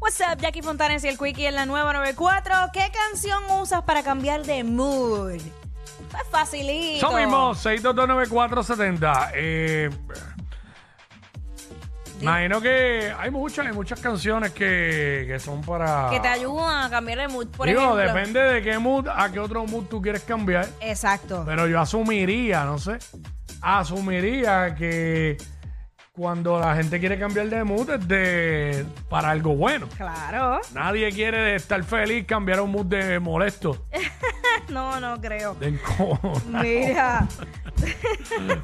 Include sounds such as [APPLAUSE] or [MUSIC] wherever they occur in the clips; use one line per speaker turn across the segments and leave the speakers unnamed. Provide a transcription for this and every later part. What's up, Jackie Fontanes y el Quickie en la nueva 94. ¿Qué canción usas para cambiar de mood? Pues facilito.
Son mismos, 6229470. Eh, imagino que hay muchas, hay muchas canciones que, que son para.
Que te ayudan a cambiar de mood, por
Digo,
ejemplo.
depende de qué mood, a qué otro mood tú quieres cambiar.
Exacto.
Pero yo asumiría, no sé, asumiría que cuando la gente quiere cambiar de mood es de, para algo bueno.
Claro. [LAUGHS]
Nadie quiere estar feliz, cambiar a un mood de molesto,
No, no creo. [LAUGHS]
de encojonado, [LAUGHS]
Mira,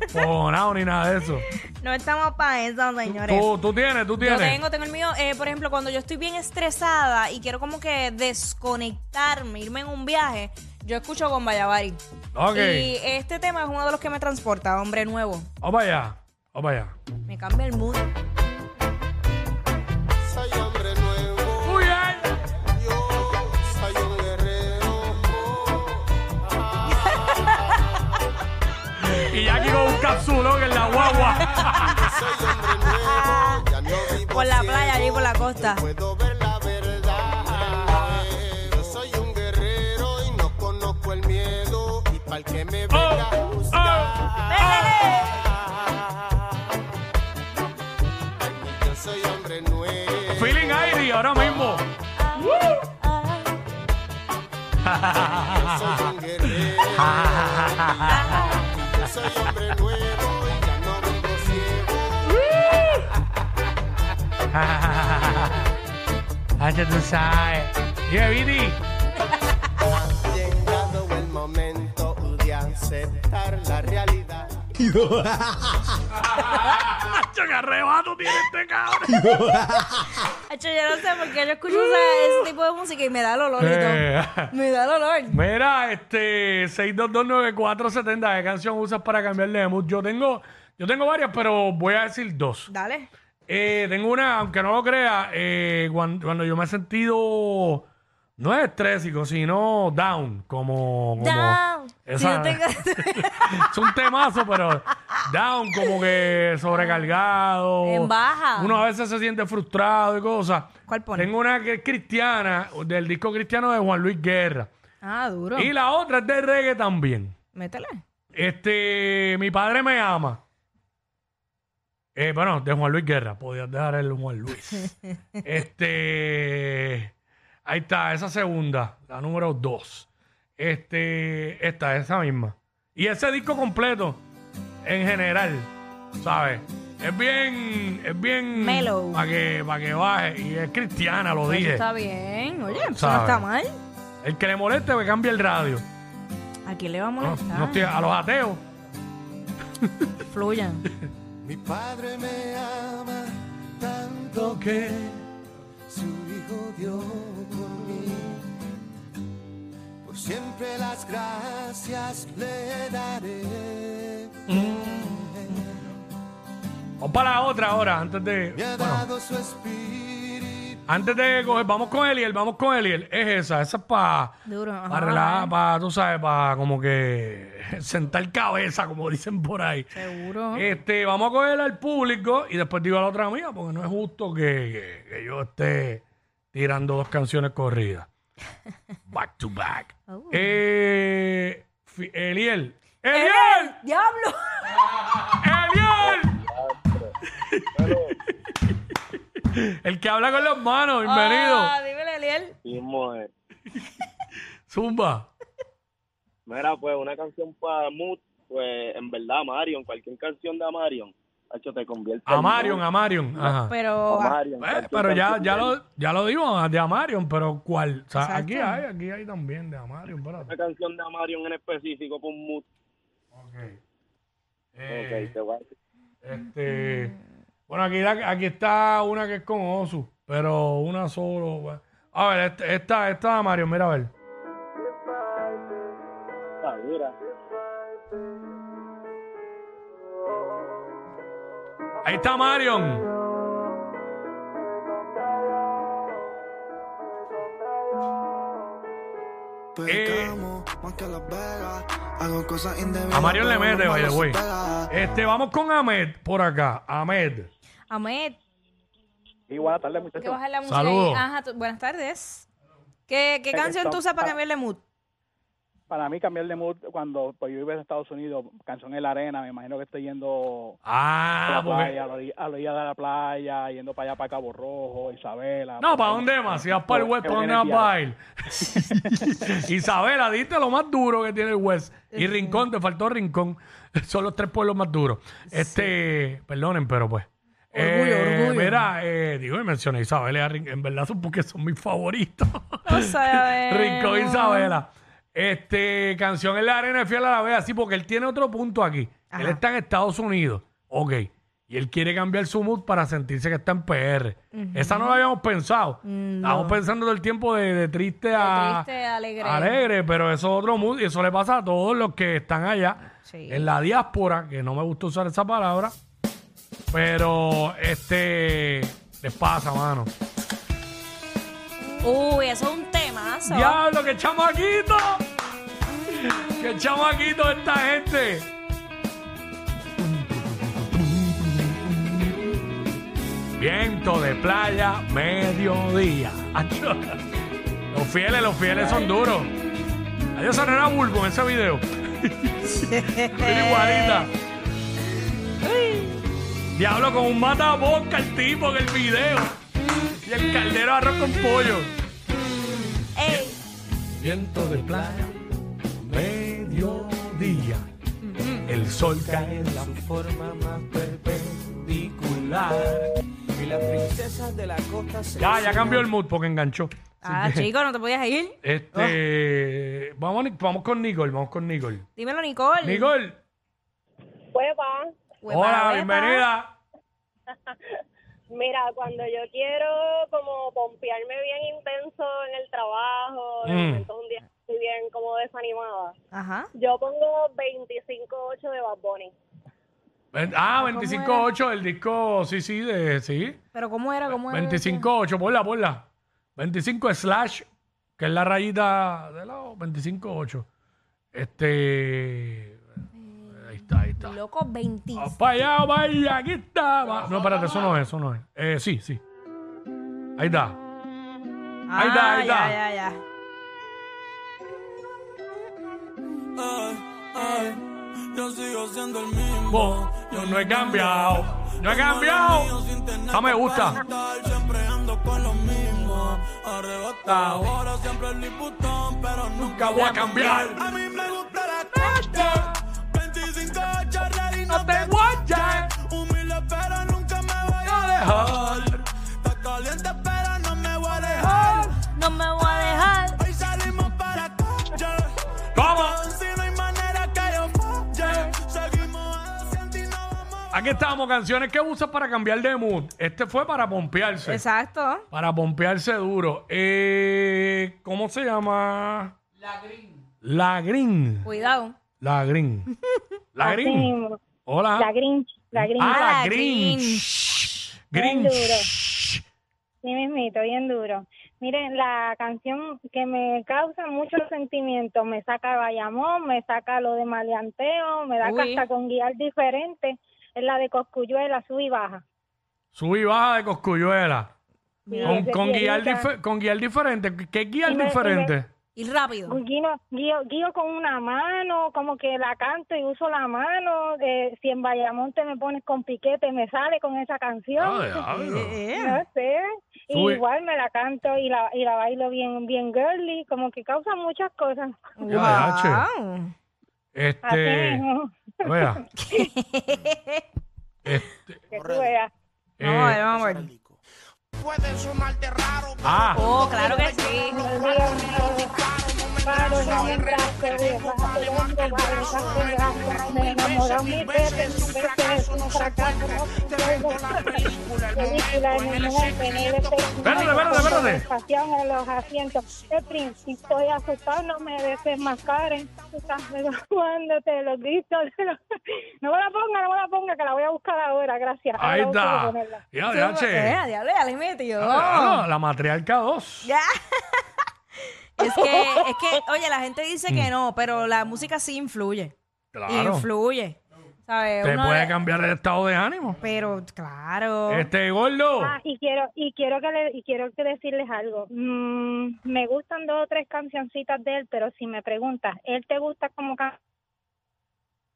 encojonado, ni nada de eso.
no estamos para eso, señores.
Tú, tú tienes, tú
Yo
tienes.
tengo, tengo el mío, eh, por ejemplo, cuando yo estoy bien estresada y quiero como que desconectarme, irme en un viaje, yo escucho con Bayabari.
Ok,
Y este tema es uno de los que me transporta, hombre nuevo.
vamos para allá, vamos para allá.
Me cambia el mood.
Soy hombre nuevo,
Uy, ay.
yo soy un guerrero.
Y Jackie con un capsulón en la guagua.
Soy hombre nuevo, ya no vivo
Por la
ciego,
playa, allí por la costa.
Puedo ver la verdad. Yo soy un guerrero y no conozco el miedo. Y para el que
Oh,
me venga a
Eh,
juzgar. Yo soy hombre nuevo.
Feeling Airy ahora mismo. [LAUGHS]
Yo soy un guerrero. Yo soy hombre nuevo y ya no vivo ciego.
Hacha tú sabes. Yeah, [LAUGHS] Viti.
Llegado el momento de aceptar la realidad.
Hacho, que arrebato tiene este cabrón.
Hacho, yo no sé por qué yo escucho esa- ese tipo de música y me da el olor y todo.
Uh. Eh,
Me da el olor.
Mira, este 6229470, ¿qué canción usas para cambiarle de mood? Yo tengo, yo tengo varias, pero voy a decir dos.
Dale.
Eh, tengo una, aunque no lo crea, eh, cuan- cuando, yo me he sentido no es estrésico, sino down, como, como-
Down.
Esa-
Si yo tengo- [LAUGHS]
[LAUGHS] es un temazo, pero down, como que sobrecargado.
En baja.
Uno a veces se siente frustrado y cosas.
¿Cuál pone?
Tengo una que es cristiana, del disco cristiano de Juan Luis Guerra.
ah, duro.
Y la otra es de reggae también.
Métele.
Este, mi padre me ama. Eh, bueno, de Juan Luis Guerra, podías dejar el
[LAUGHS]
Juan Luis. este, ahí está, esa segunda, la número dos. Este, esta, esa misma. Y ese disco completo, en general, ¿sabes? Es bien, es bien.
Mellow.
Para que, pa' que baje. Y es cristiana, lo
Eso
dije.
está bien. Oye, eso no
Sabe.
está mal.
El que le moleste me cambie el radio.
¿A quién le va a
No,
molestar?
no estoy- a los ateos.
Fluyan.
Mi padre me ama tanto, su hijo dio por mí. Por siempre las gracias le daré.
Mm. Vamos para la otra ahora, antes de.
Me ha
bueno,
dado su espíritu.
antes de coger, vamos con Eliel, vamos con Eliel. Es esa, esa es para.
Duro, ajá. eh.
Para relajar, para, tú sabes, para como que [LAUGHS] sentar cabeza, como dicen por ahí.
Seguro.
Este, vamos a coger al público y después digo a la otra mía, porque no es justo que, que- que yo esté tirando dos canciones
[LAUGHS]
corridas. Back to back.
Oh.
Eh, fi- Eliel.
¡Eh,
¡Eliel!
¡Diablo!
¡Eliel!
[LAUGHS]
El que habla con las manos, bienvenido.
Ah, dímele, Eliel.
Mismo eh, es.
Zumba.
Mira, pues una canción para Mood, pues en verdad Marion, cualquier canción de Marion, hecho te convierte
A
en
Marion,
mood.
a Marion. Ajá.
Pero.
A Marion,
Eh,
cualquier
pero ya,
canción
ya,
de-
lo, ya lo digo, de Amarion, pero ¿cuál? O sea,
Exacto.
aquí hay, aquí hay también de Amarion,
Una
espérate.
canción de Marion en específico por Mood.
Ok.
Ok,
Eh,
te voy a decir.
este, bueno, aquí, la- aquí está una que es con Osu, pero una solo. bueno. A ver, este- esta, esta de Amarion, mira a ver.
Está dura.
Ahí está Marion. Eh.
Pecamos más que Las Vegas. Hago cosas indebidas.
A Marion le
pero
mete,
no
by the
me
way.
supera.
Este, vamos con Ahmed por acá. Ahmed.
Ahmed.
Y buenas tardes,
Hay ah, que
muchachos.
bajar la música ahí.
Saludos.
Ajá, tú- buenas tardes. ¿Qué, qué canción tú usas para cambiarle mood?
Para mí, cambiar de mood cuando pues, yo iba a Estados Unidos, canción en la arena, me imagino que estoy yendo a
Ah,
la
porque.
playa, a la orilla- a la orilla de la playa, yendo para allá, para Cabo Rojo, Isabela.
No,
por
¿para
ahí.
dónde más? Si vas para el
Yo-
West,
yo
¿para dónde vas
viene
para ir? Isabela, diste lo más duro que tiene el West. Y Rincón, te faltó Rincón. [LAUGHS] Son los tres pueblos más duros. Este, perdonen, pero pues.
Orgullo, orgullo.
Mira, eh, digo, y mencioné a Isabela y a Rincón. En verdad son porque son mis favoritos. [LAUGHS]
No sabemos.
Rincón Isabela. Este, canción en la arena de fiel a la vez, así porque él tiene otro punto aquí. Él
Ajá.
está en Estados Unidos. Ok. Y él quiere cambiar su mood para sentirse que está en PR. Esa no la habíamos pensado. Estábamos pensando todo el tiempo de, de triste a
triste a alegre.
Ah, alegre, pero eso es otro mood y eso le pasa a todos los que están allá
Sí.
en la diáspora, que no me gusta usar esa palabra, pero este les pasa, mano.
Uy, eso es un temazo.
¡Diablo, qué chamaquito! ¡Qué chamaquito esta gente! Viento de playa, mediodía. Acho. Los fieles, los fieles son duros. Ellos son era bulbo en ese video. Mira igualita. Diablo, con un matabosca el tipo en el video. Y el caldero de arroz con pollo.
Ey,
Viento de playa, mediodía. El sol cae en la forma más perpendicular.
Y las princesas de la costa se
Ya, ya cambió el mood porque enganchó.
ah, chico, no te podías ir.
Este.
Ah.
Vamos, Nic- vamos con Nicole, vamos con Nicole.
Dímelo, Nicole.
Nicole,
Hueva.
Huepa,
hola,
huepa.
bienvenida.
Mira, cuando yo quiero como pompearme bien intenso en el trabajo, de
Mm.
momento un día estoy bien como desanimada,
Ajá.
yo pongo 25-8 de Bad Bunny.
Ven- Ah,
¿Cómo
25.8, el disco, sí, sí, de, sí.
Pero ¿cómo era? ¿Cómo era?
25.8, ponla, ponla. 25 slash, que es la rayita de lado, 25.8. Este. Ahí está, ahí está.
Loco, 20.
Vamos para allá, vamos para allá, aquí está. va. No, espérate, eso no es, eso no es. Eh, sí, sí. Ahí está. Ahí está, ahí está.
Ah, Ya, ya, ya.
Ay, ay, yo sigo siendo el mismo.
Bo, yo no he cambiado. No he cambiado. No me gusta.
Siempre ando con lo mismo. Arrebatado. Ahora siempre el liputón, pero
Nunca voy a cambiar.
A mí me gusta la costa. 25 charreras y no
No
te
te guayas.
humilde, pero nunca me voy
No
a
dejar.
dejar. Está caliente, pero no me voy a dejar.
Ah,
No me voy a dejar.
Hoy salimos para calle.
¿Cómo?
Si no hay manera que yo falle, seguimos haciendo y no vamos a
Aquí estamos, canciones que usas para cambiar de mood. Este fue para pompearse.
Exacto.
Para pompearse duro. Eh, ¿Cómo se llama? La Green.
Cuidado.
La Green. La Green. La Green.
mismo.
Hola.
La Grinch, la Grinch.
Ah,
Ah,
la
la
Green.
Bien
Green.
Sí, mismito, bien duro. Miren, la canción que me causa muchos sentimientos, me saca de Bayamón, me saca lo de Maleanteo, me da
Uy.
hasta con guiar diferente, es la de Coscuyuela, sub y baja.
Sub y baja de Coscuyuela.
Sí,
Con,
ese
con guiar
guiarita.
dife- con guiar diferente. ¿Qué- ¿Qué guiar
Y me- y me-
diferente?
Y rápido.
Guino- guío, guío con una mano, como que la canto y uso la mano. eh, si en Bayamón te me pones con piquete, me sale con esa
Ah,
canción.
diablo.
Eh, eh.
no sé. y
Sube.
Igual me la canto y la, y la bailo bien, bien girly, como que causa muchas cosas.
Este, Ya,
Wow.
Así
Este.
mismo, [LAUGHS]
Vea. Este,
que tú veas.
Vamos a ver,
eh,
vamos a ver.
Puede sonarte raro,
ah,
Oh, claro que sí.
Paro, no me entraste, dejaste de hombre, bajaste de gato, me enamoró mi perro, su perro es un fracaso, no tengo película en el momento, en el efecto,
Espérate, espérate, espérate.
pasión en los asientos. De príncipe, estoy asustado, no me desenmascaren. Estás jugándote los gritos. de los- No me la ponga, no me la ponga, que la voy a buscar ahora, gracias. Ahora
ahí
busco
está.
de ponerla.
Ya,
Tú-
ya, che.
Eh, diablo, ya le metió.
Ah, La matriarca 2.
Ya. [LAUGHS] Es que, es que, oye, la gente dice que no, pero la música sí influye.
Claro.
Influye. ¿Sabes?
Te
Uno
puede
de-
cambiar el estado de ánimo.
Pero, claro.
Este, gordo.
Ah, y quiero y quiero que le- y quiero que decirles algo. Mm, me gustan dos o tres cancioncitas de él, pero si me preguntas, él te gusta como can-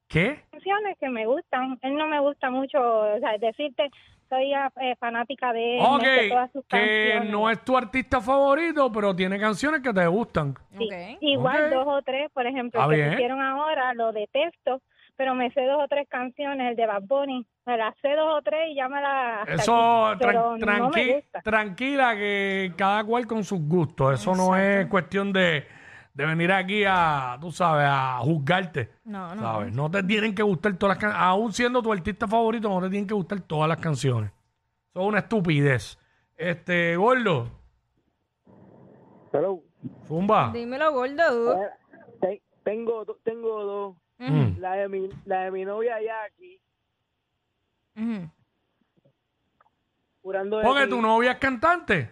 ¿Qué?
canciones que me gustan. Él no me gusta mucho, o sea, decirte soy ah, eh, fanática de él,
Ok,
me sé todas sus
que
canciones.
no es tu artista favorito, pero tiene canciones que te gustan.
Sí,
Ok.
Igual
Ok.
dos o tres, por ejemplo,
Ah,
el que
bien.
pusieron ahora, lo detesto, pero me sé dos o tres canciones, el de Bad Bunny, me las sé dos o tres y ya me las... hasta
Eso,
aquí, pero
tran-
no me
tranqui-
gusta.
tranquila, que cada cual con sus gustos. Eso no es cuestión de, de venir aquí a, tú sabes, a juzgarte.
No, no.
¿Sabes? No te tienen que gustar todas las canciones. Aún siendo tu artista favorito, no te tienen que gustar todas las canciones. Eso es una estupidez. Este, Gordo,
Pero
Zumba.
Dímelo, gordo.
te- tengo, do- tengo dos.
Mm.
La de mi, la de mi novia Jackie,
Ujú.
curando de
Porque
ti.
tu novia es cantante.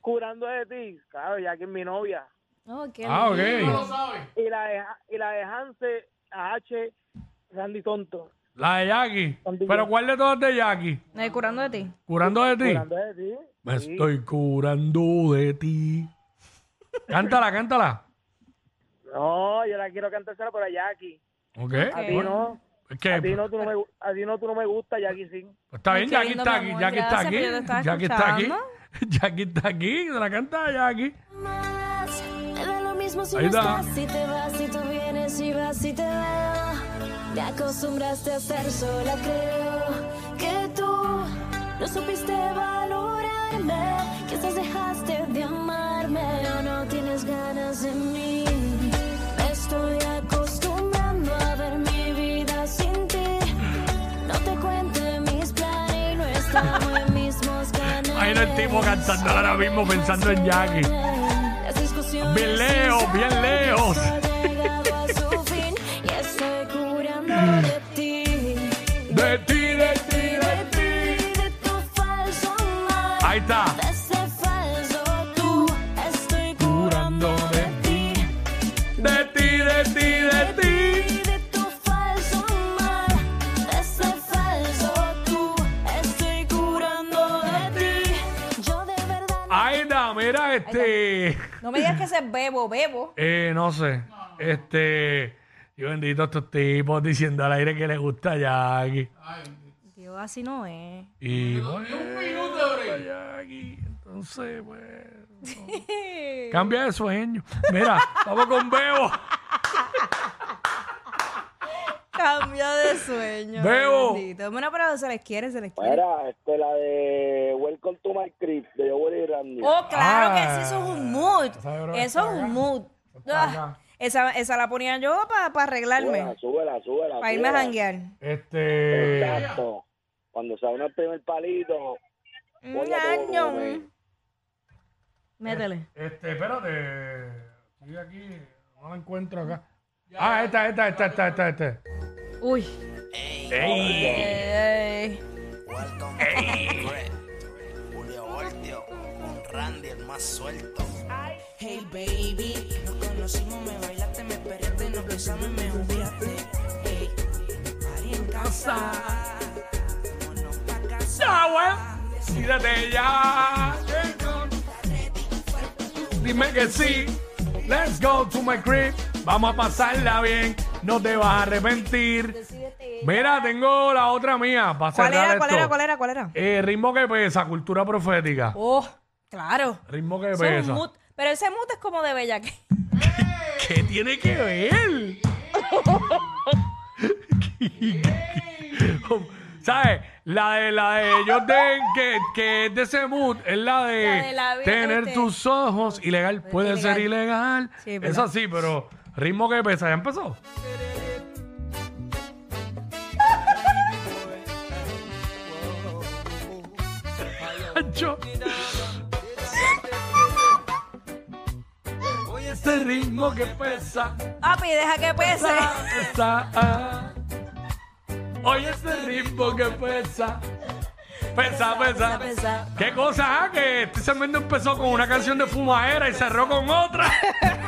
Curando de ti. Claro, Jackie es mi novia.
Oh, qué
Ah, ok.
lindo.
Y la de, Ja- y la de Hanse, a H, Randy Tonto.
La de Jackie. Pero ¿cuál de todas de Jackie?
Ay, curando de ti.
¿Curando de ti?
Curando de ti.
Me estoy curando de ti. cántala, cántala.
No, yo la quiero cantársela, pero a Jackie.
Ok.
A ti
Bueno,
no.
es que,
A ti no, tú no me, gu- a ti no, tú no me gusta, Jackie sí.
pues, está
Ay,
bien,
qué
Jackie
lindo,
está
mi
aquí.
amor,
Jackie está
gracias,
aquí.
pero yo te estaba
Jackie está aquí.
escuchando.
[LAUGHS] Jackie está aquí. Se la canta a Jackie.
más. Me da lo mismo si
Ahí
no
está.
estás, si te vas, si tú vienes, si vas, si te veo. Te acostumbraste a estar sola, creo que tú no supiste valorarme, quizás dejaste de amarme o no tienes ganas de mí. Me Estoy acostumbrando a ver mi vida sin ti. No te cuente mis planes, no estamos en mismos canales.
Ahí no el tipo cantando ahora mismo pensando en Jackie.
Las discusiones
Bien lejos, bien lejos.
han llegado a su fin y estoy curando de ti.
De ti, de ti, de
Y
ti.
de tu falso amor.
Ahí está.
De ese falso tú. Estoy curando de ti.
De ti, de ti, de ti.
Y de tu falso amor. De ese falso tú. Estoy curando de ti. Yo de verdad.
Ahí está, mira este.
No me digas que ese es bebo, bebo.
Eh, no sé. Este. Yo bendito a estos tipos diciendo al aire que le gusta a Jackie.
Dios, así no es.
Y pues, Jackie, entonces, pues. no. Cambia de sueño. Mira, [LAUGHS] vamos con Bebo.
Cambio de sueño.
Bebo.
bendito. Bueno, pero se les quiere, se les quiere.
Mira, este, la de Welcome to My Crib, de Joel y Randy.
Oh, claro
Ah,
que sí, eso es un mood.
esa yo creo
Eso
que
es
está acá.
un mood.
Está
Ah,
acá.
esa, esa la ponía yo para
Súbela,
arreglarme,
súbela, súbela.
para irme a
súbela.
janguear.
Este.
Exacto. Cuando se abre el primer palito,
Un
Ponla todo,
año.
güey.
Métele.
Este, espérate. Estoy aquí. No la encuentro acá. Ah, esta, esta, esta, esta, esta, esta.
Uy. Eh,
Ey.
Ey.
Julio Voltio, con Randy el más suelto. Hey baby, nos conocimos, me bailaste, me esperaste, nos besamos y me jugaste. Hey, ahí en casa, vámonos pa' casa.
Ya, güey. Decídete ya. Dime que sí. Let's go to my crib. Vamos a pasarla bien. No te vas a arrepentir. Mira, tengo la otra mía. Para
¿Cuál
cerrar
era, cuál
esto.
era, cuál era, cuál era?
Eh, ritmo que pesa, cultura profética.
Oh, claro.
Ritmo que
Eso es un
pesa.
mood. Pero ese mood es como de bellaque.
¿Qué tiene que ver? ¿Sabes? La de, la de ellos de, que, que es de ese mood es la de,
La de la vida,
tener
este.
tus ojos ilegal. Puede ser ilegal.
Sí,
es
es
Eso
verdad.
sí, pero ritmo que pesa. ¿Ya empezó? Ancho. Oye, este ritmo que pesa.
Papi, deja que pese.
Pesa, ah. Oye ese ritmo que pesa. Pesa, pesa.
pesa, pesa.
¿Qué cosa? ah? Que este segmento empezó con una canción de fumadera y cerró con otra.